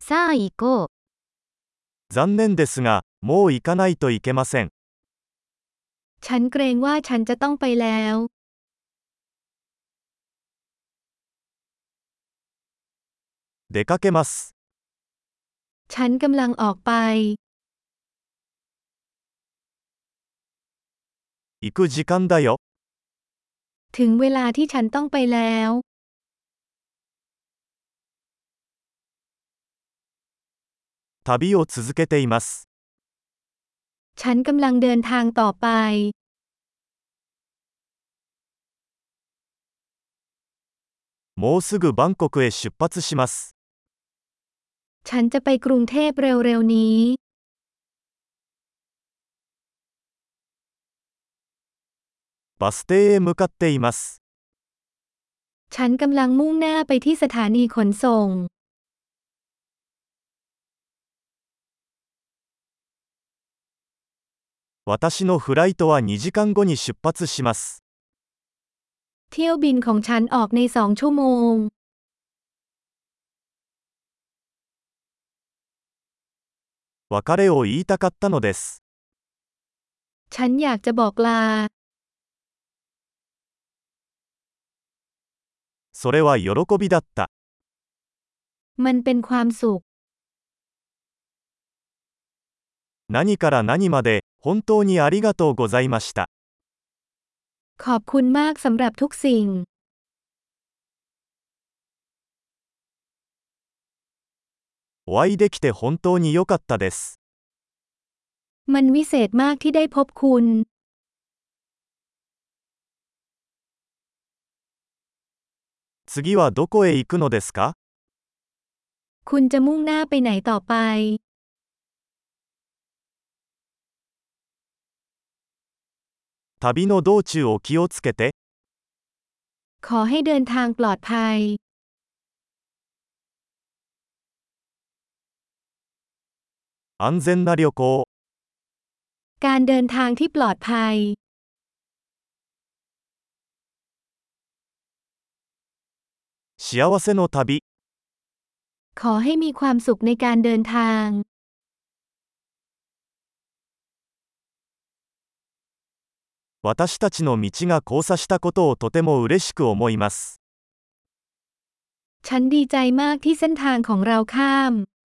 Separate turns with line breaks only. さあ行こう。
残念ですが、もう行かないといけません。
ฉันเกรงว่าฉันจะต้องไปแล้ว
出かけます。
ฉันกำลังออกไป
行く時間だよ。
ถึงเวลาที่ฉันต้องไปแล้ว
旅を続けています。
ฉันกำลังเดินทางต่อไป
もうすぐバンコクへ出発します。
ฉันจะไปกรุงเทพเร็วๆนี้
バス停へ向かっています。
ฉันกำลังมุ่งหน้าไปที่สถานีขนส่ง
私のフライトは2時間後に出発します。
เที่ยวบินของฉันออกในสองชั่วโมง
別れを言いたかったのです。
ฉันอยากจะบอกลา
それは喜びだった。
มันเป็นความสุข
何から何まで、本当にありがとうございました。
ขอบคุณมากสำหรับทุกสิ่ง
お会いできて本当に良かったです。
มันวิเศษมากที่ได้พบคุณ
次はどこへ行くのですか
คุณจะมุ่งหน้าไปไหนต่อไป
旅の道中を気をつけて、
ขอให้เดินทางปลอดภัย
安全な旅行を。
การเดินทางที่ปลอดภัย
幸せの旅。
ขอให้มีความสุขในการเดินทาง
私たちの道が交差したことをとても嬉しく思います。
ฉันดีใจมากที่เส้นทางของเราข้าม